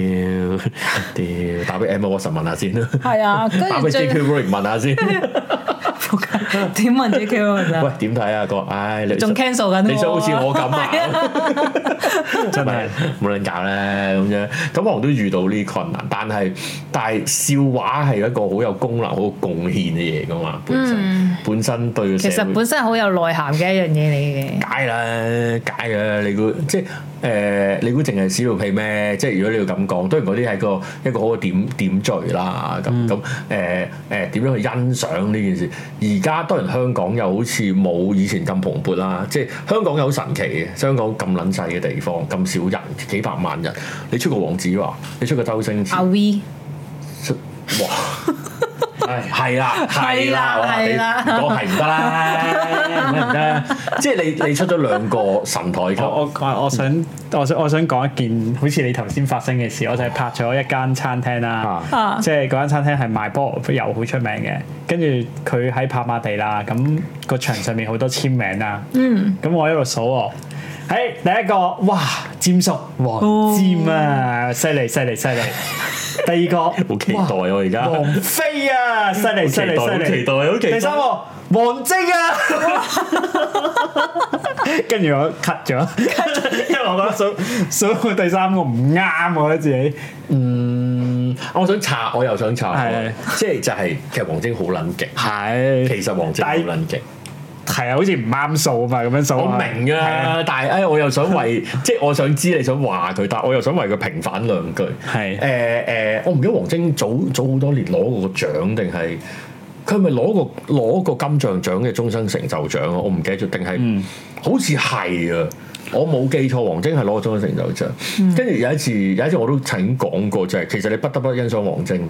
Speaker 1: 屌，打俾 Emma Watson 問 下先啦，
Speaker 2: 係啊，跟
Speaker 1: 打
Speaker 2: 住
Speaker 1: 俾
Speaker 2: 最
Speaker 1: J.K. Rowling 問下先，
Speaker 2: 點問 JQ 㗎
Speaker 1: 喂
Speaker 2: 咋？
Speaker 1: 點睇啊？個唉你
Speaker 2: 仲 cancel 緊喎
Speaker 1: 你想好似我咁
Speaker 2: 係啊
Speaker 1: 啊？
Speaker 3: 真
Speaker 1: 唔
Speaker 3: 係
Speaker 1: 係冇撚搞咧咁樣，咁我都遇到呢啲困難，但係但係笑話係一個好有功能、好有貢獻嘅嘢噶嘛，本身、本身對個社
Speaker 2: 嗯其
Speaker 1: 會
Speaker 2: 實本身係好有內涵嘅一樣嘢嚟 嘅。
Speaker 1: 解啦，解啦！你估即係誒、呃你估淨係屎尿屁咩？即係如果你要咁講，當然嗰啲係個一個好嘅點點綴啦。咁咁誒誒點樣去欣賞呢件事？而家當然香港又好似冇以前咁蓬勃啦。即係香港又好神奇嘅，香港咁撚細嘅地方，咁少人，幾百萬人，你出個黃子華，你出個周星
Speaker 2: 阿
Speaker 1: 馳，
Speaker 2: V
Speaker 1: 出哇！係 係啦，係啦，
Speaker 2: 係啦
Speaker 1: 我話你唔講係唔
Speaker 2: 係啦
Speaker 1: 得啦，唔得唔得，即係你你出咗兩個神台級，
Speaker 3: 我我我想我想我想講一件好似你頭先發生嘅事，我就係拍咗一間餐廳啦，
Speaker 2: 啊
Speaker 3: 即係嗰間餐廳係賣菠蘿油好出名嘅，跟住佢喺跑馬地啦，咁個牆上面好多簽名啦，嗯，咁我一路數喎。喺第一個，哇！詹叔黃尖啊，犀利犀利犀利。第二個，
Speaker 1: 好期待啊
Speaker 3: 哇
Speaker 1: 我而家
Speaker 3: 黃飛啊，犀利犀利犀
Speaker 1: 好期待
Speaker 3: 利，
Speaker 1: 好期待好期待
Speaker 3: 第三個，黃晶 啊。跟住我 cut 咗， 因為我覺得數數到第三個唔啱，我覺得自己
Speaker 1: 嗯，我想查，我又想查
Speaker 3: 係，
Speaker 1: 即係就係其實王晶好撚勁，
Speaker 3: 係
Speaker 1: 其實王晶好撚勁，
Speaker 3: 係啊，好似唔啱數啊嘛，咁樣數
Speaker 1: 我明啊，但係誒我又想為，即係我想知你想話佢，但係我又想為佢平反兩句，
Speaker 3: 係
Speaker 1: 誒誒，我唔記得王晶早早好多年攞過個獎定係。佢係咪攞個攞個金像獎嘅終身成就獎啊？我唔記得咗，定係、好似係啊！我冇記錯，王晶係攞終身成就獎。跟住、有一次，有一次我都曾經講過，就係、其實你不得不欣賞王晶，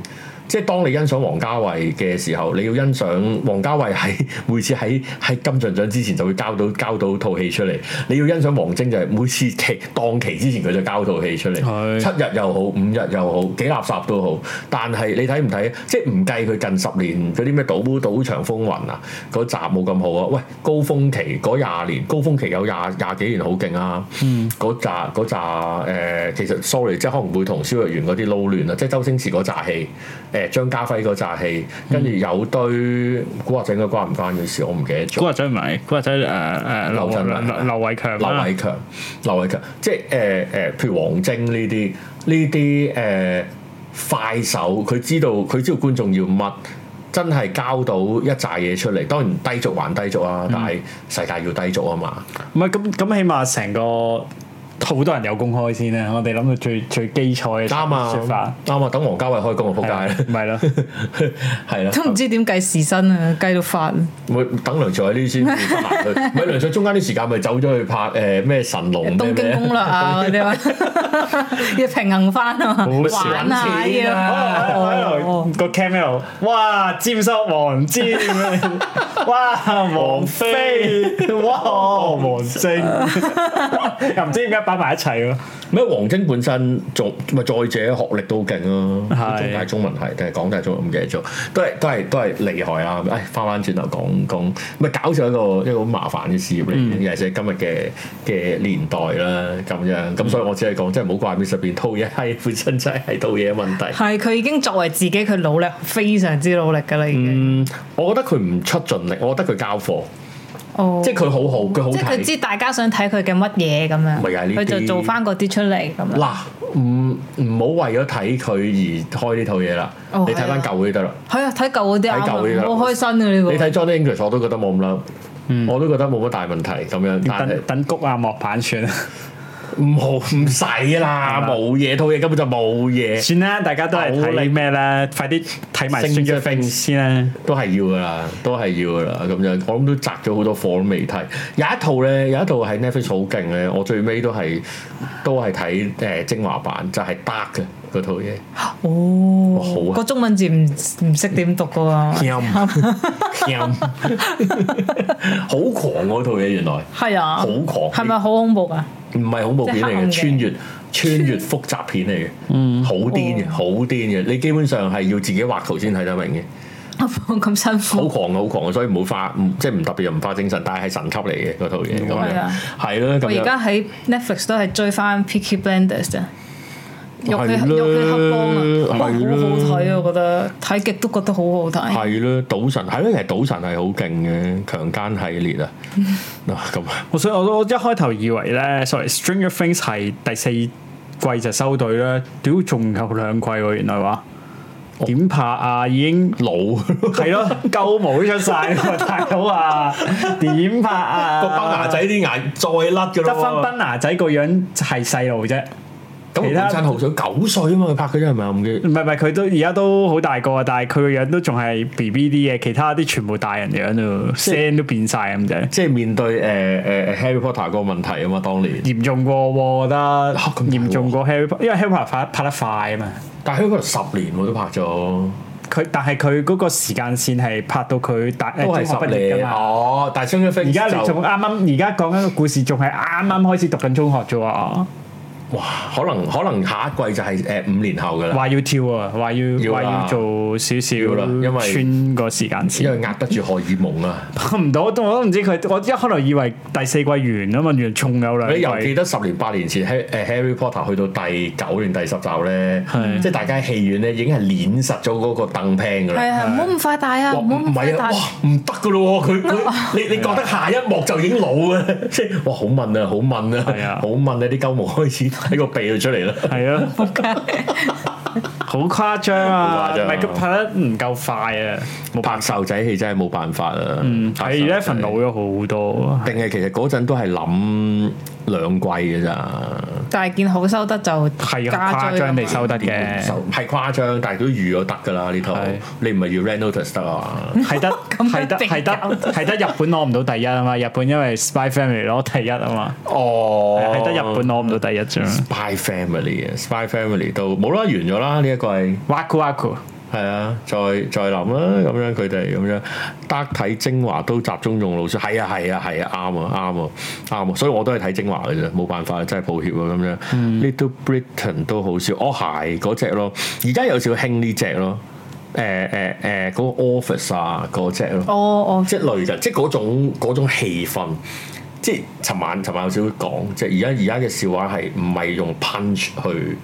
Speaker 1: 即係當你欣賞王家衞嘅時候，你要欣賞王家衞喺 每次喺喺金像獎之前就會交到交到套戲出嚟，你要欣賞王晶就係每次期檔期之前佢就交套戲出嚟。
Speaker 3: 係
Speaker 1: 七日又好，五日又好，幾垃圾都好。但係你睇唔睇？即係唔計佢近十年嗰啲咩賭賭場風雲啊，嗰集冇咁好啊。喂，高峰期嗰廿年，高峰期有廿廿幾年好勁啊。嗯，嗰扎嗰扎誒，其實 sorry，即係可能會同蕭若元嗰啲撈亂啦。即係周星馳嗰扎戲，誒、張家輝嗰扎戲，跟住有堆古惑仔應該關唔關佢事？我唔記得咗。
Speaker 3: 古惑仔唔係古惑仔誒誒
Speaker 1: 劉
Speaker 3: 劉
Speaker 1: 振
Speaker 3: 劉
Speaker 1: 良
Speaker 3: 劉劉偉強
Speaker 1: 劉
Speaker 3: 啊，
Speaker 1: 偉強、劉偉強，即係誒誒，譬如王晶呢啲呢啲誒快手，佢知道佢知道觀眾要乜，真係交到一紮嘢出嚟。當然低俗還低俗
Speaker 3: 嗯
Speaker 1: 啊，但係世界要低俗啊嘛。
Speaker 3: 唔係咁咁，起碼成個好多人有公開先啊！我哋諗到最最基礎
Speaker 1: 啱
Speaker 3: 嘅説法
Speaker 1: 啊，啱啊，等王家衞開工啊，仆
Speaker 3: 係啊
Speaker 1: 街
Speaker 3: 唔 係咯。
Speaker 1: 係啦。
Speaker 2: 都唔知點計時薪啊，計到發。
Speaker 1: 會等梁朝偉呢啲先得閒去，唔係梁朝偉中間啲時間咪走咗去拍誒咩神龍咩
Speaker 2: 東京
Speaker 1: 咩
Speaker 2: 攻 略啊嗰啲啊， 要平衡翻啊嘛，
Speaker 1: 好少
Speaker 2: 玩啊
Speaker 1: 錢啊
Speaker 2: 要。哦
Speaker 3: 個 camera，哇！尖叔黃尖，哇！黃飛，哇！黃晶， 又唔知點解擺埋一齊喎。
Speaker 1: 咩王晶本身仲咪再者學歷都好勁啊，
Speaker 3: 係
Speaker 1: 中大中文系定係港大中文唔記得咗，都係都係都係厲害啊！誒，翻翻轉頭講講，咪搞上一個一個好麻煩嘅事業嚟嘅，尤其是今日嘅嘅年代啦咁樣，咁所以我只係講，真係唔好怪 Mr. Bean 套嘢係本身真係套嘢嘅問題。
Speaker 2: 係佢已經作為自己，佢努力非常之努力㗎啦，已經。
Speaker 1: 嗯，我覺得佢唔出盡力，我覺得佢交貨，
Speaker 2: 哦
Speaker 1: 即係佢好好，佢好
Speaker 2: 即係佢
Speaker 1: 睇。
Speaker 2: 知大家想睇佢嘅乜嘢咁樣，
Speaker 1: 咪又係呢啲
Speaker 2: 佢就做翻嗰啲出嚟咁樣。
Speaker 1: 嗱，唔唔好為咗睇佢而開呢套嘢啦，
Speaker 2: 哦
Speaker 1: 你睇翻
Speaker 2: 係啊
Speaker 1: 舊嗰啲得啦。
Speaker 2: 係啊，睇舊嗰啲
Speaker 1: 睇舊嗰啲
Speaker 2: 啱
Speaker 1: 啦
Speaker 2: 啊，好開心嘅呢個。
Speaker 1: 你睇 John English 我都覺得冇咁嬲，我都覺得冇乜大問題咁樣，但係
Speaker 3: 等等谷啊，莫板算啦，
Speaker 1: 唔好唔使啦，冇嘢套嘢根本就冇嘢，
Speaker 3: 算啦，大家都係
Speaker 1: 好
Speaker 3: 睇
Speaker 1: 你
Speaker 3: 咩啦，快啲睇埋
Speaker 1: Stranger
Speaker 3: Stranger
Speaker 1: Things
Speaker 3: Things 先啦。
Speaker 1: 都係要噶啦，都係要噶啦咁樣。我諗都摘咗好多貨都未睇，有一套咧，有一套喺 Netflix 好勁咧，我最尾都係都係睇誒精華版，就係 Dark 嘅嗰套嘢，
Speaker 2: 哦
Speaker 1: 哇好啊
Speaker 2: 個中文字唔唔識點讀噶喎，
Speaker 1: 音 好狂嗰套嘢原來
Speaker 2: 係啊，
Speaker 1: 好狂
Speaker 2: 係咪好恐怖㗎？
Speaker 1: 唔係恐怖片嚟嘅，
Speaker 2: 即係黑暗
Speaker 1: 穿
Speaker 2: 嘅
Speaker 1: 越穿越複雜片嚟嘅，好癲嘅，好癲嘅，你基本上係要自己畫圖先睇得明嘅。
Speaker 2: 咁辛
Speaker 1: 好
Speaker 2: 苦，
Speaker 1: 狂嘅，好狂啊嘅，所以唔好花，唔即係唔特別又唔花精神，但係係神級嚟嘅嗰套嘢咁
Speaker 2: 係
Speaker 1: 樣
Speaker 2: 啊，
Speaker 1: 係咯
Speaker 2: 我
Speaker 1: 咁
Speaker 2: 而
Speaker 1: 樣
Speaker 2: 家喺 Netflix 都係追翻 Peaky Blinders 啫。玉
Speaker 1: 係
Speaker 2: 佢玉佢黑幫啊，哇，好好
Speaker 1: 係咯
Speaker 2: 睇啊！我覺得睇極都覺得好好睇。
Speaker 1: 係咯，賭神係咯，其實賭神係好勁嘅，強姦系列啊，嗱咁啊，
Speaker 3: 我想我我一開頭以為咧，sorry，《Stranger Things》係第四季就收隊啦，屌仲有兩季喎，原來話
Speaker 1: 哦
Speaker 3: 點拍啊？已經
Speaker 1: 老個
Speaker 3: 係咯，鳩毛都 出晒喎，大佬啊，點拍啊？
Speaker 1: 崩牙仔啲牙再甩㗎
Speaker 3: 得翻
Speaker 1: 咯
Speaker 3: 賓拿仔個樣係細路啫，
Speaker 1: 喎，咁
Speaker 3: 其他
Speaker 1: 本身豪想九歲啊嘛，佢拍佢真係咪啊？我唔記得
Speaker 3: 唔係唔係，佢都而家都好大個啊，但係佢個樣都仲係 B B 啲嘅，其他啲全部大人樣咯，聲都變晒咁滯，
Speaker 1: 即係面對誒誒 Harry Potter 個問題啊嘛，當年，
Speaker 3: 嚴重過喎，我覺得
Speaker 1: 嚇啊咁大喎
Speaker 3: 嚴重過 Harry Potter，因為 Harry Potter 拍拍得快啊嘛。
Speaker 1: 但係 Harry Potter 十年喎都拍咗，
Speaker 3: 佢但係佢嗰個時間線係拍到佢大
Speaker 1: 都係
Speaker 3: 誒中學
Speaker 1: 十
Speaker 3: 畢業㗎
Speaker 1: 年
Speaker 3: 嘛。
Speaker 1: 哦，但係張一飛
Speaker 3: 而家你
Speaker 1: 就
Speaker 3: 仲啱啱，而家講緊個故事仲係啱啱開始讀緊中學啫喎，
Speaker 1: 哇，可能可能下一季就係誒五年後㗎啦。
Speaker 3: 話要跳啊，話
Speaker 1: 要
Speaker 3: 要話
Speaker 1: 啦
Speaker 3: 要做少少
Speaker 1: 要啦因為
Speaker 3: 穿個時間
Speaker 1: 因
Speaker 3: 線，
Speaker 1: 為壓得住荷爾蒙啊！
Speaker 3: 拍 唔到，我都我都唔知佢，我一開頭以為第四季完啊嘛，原來仲有
Speaker 1: 你
Speaker 3: 兩
Speaker 1: 又記
Speaker 3: 季，
Speaker 1: 得十年八年前《Harry Harry Potter》去到第九定第十集咧，
Speaker 3: 係
Speaker 1: 即係大家喺戲院咧已經係攣實咗嗰個凳拼㗎
Speaker 2: 係
Speaker 1: 啦。
Speaker 2: 啊，唔好咁快大啊，
Speaker 1: 哇
Speaker 2: 唔好
Speaker 1: 唔
Speaker 2: 咁快
Speaker 1: 係啊！
Speaker 2: 大
Speaker 1: 哇。唔得㗎咯喎，佢佢 你你覺得下一幕就已經老啊， 即係哇好問啊，好問
Speaker 3: 係
Speaker 1: 啊
Speaker 3: 啊，
Speaker 1: 好問啊！啲鳩毛開始喺個鼻度出嚟啦。
Speaker 3: 係啊，好誇張啊，
Speaker 1: 好誇
Speaker 3: 唔
Speaker 1: 張啊
Speaker 3: 係佢拍得唔夠快啊，冇
Speaker 1: 拍
Speaker 3: 辦
Speaker 1: 瘦仔戲真係冇辦法啊！
Speaker 3: 法，係咧份老咗好多，啊
Speaker 1: 定係其實嗰陣都係諗兩季㗎咋。
Speaker 2: 但係見好收得就
Speaker 3: 係
Speaker 2: 加
Speaker 3: 啊誇
Speaker 2: 追
Speaker 3: 張地收得嘅。
Speaker 1: 係誇張，但係都預咗得㗎啦呢套
Speaker 3: 係，
Speaker 1: 你唔係要 Red Notice 得啊？
Speaker 3: 係得
Speaker 2: 咁樣
Speaker 3: 係得
Speaker 2: 比較
Speaker 3: 係得係得日本攞唔到第一啊嘛！日本因為 Spy Family 攞第一啊嘛，
Speaker 1: 哦
Speaker 3: 係得日本攞唔到第一啫。
Speaker 1: Spy Family 啊，Spy Family 都冇啦，完咗啦呢一個係
Speaker 3: Waku Waku
Speaker 1: 係啊，再再諗啦，咁樣佢哋咁樣得睇精華都集中用老鼠，係啊係啊係啊，啱啊啱啊啱啊，所以我都係睇精華嘅啫，冇辦法，真係抱歉啊咁樣。Little Britain 都好笑，哦係嗰只咯，而家有少興呢只咯，誒誒誒嗰個 Office 啊嗰只咯。
Speaker 2: 哦哦，
Speaker 1: 即係類嘅，即係嗰種嗰種氣氛。即係尋晚尋晚有少少講，即係而家而家嘅笑話係唔係用 punch 去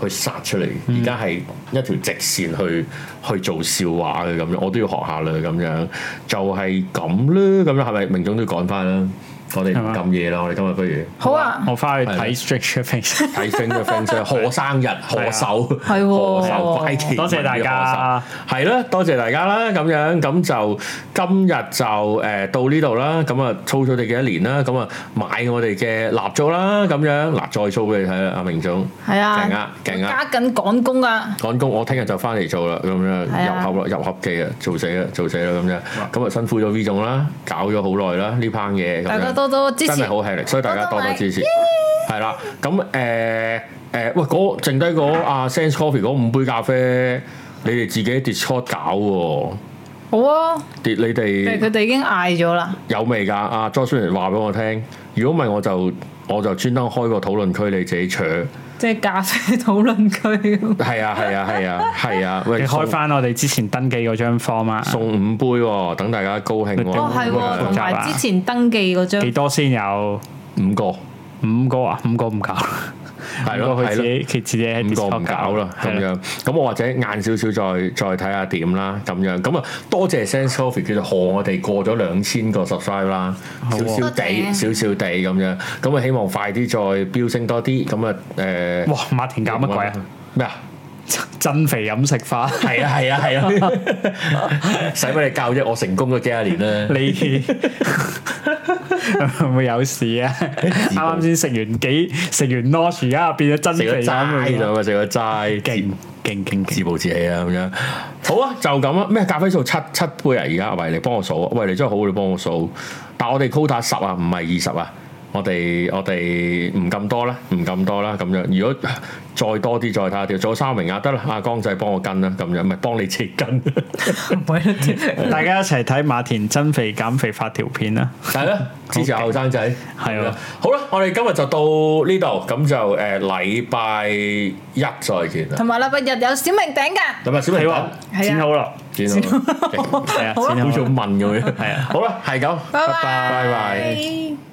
Speaker 1: 去殺出嚟？
Speaker 3: 嗯
Speaker 1: 而家係一條直線去去做笑話嘅咁樣，我都要學下啦咁樣，就係咁啦。咁樣係咪明總都要趕翻啦？我哋
Speaker 3: 係嘛
Speaker 1: 咁夜啦，我哋今日不如
Speaker 2: 好啊，
Speaker 3: 我翻去
Speaker 1: 係啦
Speaker 3: 睇 Stranger Things。
Speaker 1: 睇 friend 嘅 friend 啫， 何生日何手
Speaker 2: 係喎
Speaker 1: 何手怪奇
Speaker 3: 啊多謝大家
Speaker 1: 何手，係啦，多謝大家啦，咁樣咁就今日就誒、呃到呢度啦，咁啊操咗你幾多年啦，咁啊買我哋嘅蠟燭啦，咁樣嗱再操俾你睇啦，啊阿明總
Speaker 2: 係
Speaker 1: 勁
Speaker 2: 啊
Speaker 1: 啊，勁啊！
Speaker 2: 加緊趕工啊，
Speaker 1: 趕工，我聽日就翻嚟做啦，咁樣
Speaker 2: 係啊
Speaker 1: 入盒啦，入盒機啊，做死啦，做死啦咁樣，咁啊辛苦咗 V 總啦，搞咗好耐啦呢班嘢，咁樣
Speaker 2: 大家多多支
Speaker 1: 真
Speaker 2: 持
Speaker 1: 係，好吃力，所以大家多
Speaker 2: 多多
Speaker 1: 多
Speaker 2: 買
Speaker 1: 支持。係啦，咁誒誒，呃喂，嗰剩低嗰阿 Sense Coffee 嗰五杯咖啡，你哋自己 Discord 搞喎，
Speaker 2: 好啊，
Speaker 1: 跌你
Speaker 2: 誒佢
Speaker 1: 哋
Speaker 2: 哋已經嗌咗啦，
Speaker 1: 有味㗎？啊阿 j o s h u 話俾我聽，如果唔係我就我就專登開個討論區，你自己搶。
Speaker 2: 即係咖啡討論區咁，
Speaker 1: 係啊係啊係啊係啊，喂，
Speaker 3: 你開
Speaker 1: 送
Speaker 3: 翻我哋之前登記嗰張 form 啊？
Speaker 1: 送五杯喎，等大家高興喎。
Speaker 2: 哦係喎，同
Speaker 3: 複雜
Speaker 2: 埋
Speaker 3: 啊
Speaker 2: 之前登記嗰張
Speaker 3: 幾多先有？
Speaker 1: 五個
Speaker 3: 五個啊？五個唔搞，
Speaker 1: 係
Speaker 3: 五
Speaker 1: 咯
Speaker 3: 個佢
Speaker 1: 係
Speaker 3: 自
Speaker 1: 咯。
Speaker 3: 己佢自己喺
Speaker 1: 五個
Speaker 3: Discord
Speaker 1: 唔搞啦，咁
Speaker 3: 係啦啊
Speaker 1: 樣咁我或者晏少少再再睇下點啦，咁樣咁啊多謝 Sense Coffee 叫做賀我哋過咗兩千個 subscribe 啦，
Speaker 3: 好
Speaker 1: 少
Speaker 3: 啊
Speaker 1: 少
Speaker 2: 多
Speaker 1: 地
Speaker 2: 謝
Speaker 1: 少少地咁樣，咁啊希望快啲再飆升多啲，咁啊誒
Speaker 3: 哇！馬田搞乜鬼啊？？
Speaker 1: 咩啊？
Speaker 3: 增肥飲食法，
Speaker 1: 係啊係啊 係啊！使乜你教啫？我成功咗幾廿年啦，
Speaker 3: 你 會唔會有事啊？啱啱先食完幾食完 Nosh，而家變咗真
Speaker 1: 食
Speaker 3: 肥
Speaker 1: 咗齋
Speaker 3: 咁
Speaker 1: 咋嘛？食咗齋
Speaker 3: 勁勁勁勁
Speaker 1: 自！暴自棄啊咁樣。好啊，就咁啊。咩咖啡數七七杯啊？而家喂，你幫我數啊。喂，你真係好，你幫我數。但我哋 quota 十啊，唔係二十啊。我哋我哋唔咁多啦，唔咁多啦咁樣。如果再多啲，再睇下條，仲有三個名額得啦。阿江仔幫我跟啦，咁樣咪幫你切跟。
Speaker 2: 唔係
Speaker 3: 大家一齊睇馬田增肥減肥法條片啦。
Speaker 1: 係啦， 支持下後生仔。
Speaker 3: 係
Speaker 1: 咁
Speaker 3: 喎
Speaker 1: 樣好啦，我哋今日就到呢度，咁就誒禮拜一再見啦。
Speaker 2: 同埋禮拜日有小明頂㗎，
Speaker 1: 咁啊，小明
Speaker 3: 你話
Speaker 2: 係啊
Speaker 3: 剪好啦，
Speaker 1: 見到啦，
Speaker 3: 係啊，
Speaker 2: 好啊
Speaker 1: 好
Speaker 3: 剪好
Speaker 1: 似好。
Speaker 3: 啦
Speaker 1: 問咁樣。
Speaker 3: 係啊
Speaker 1: 好啦，係咁，
Speaker 2: 拜拜
Speaker 1: 拜拜。
Speaker 2: 拜。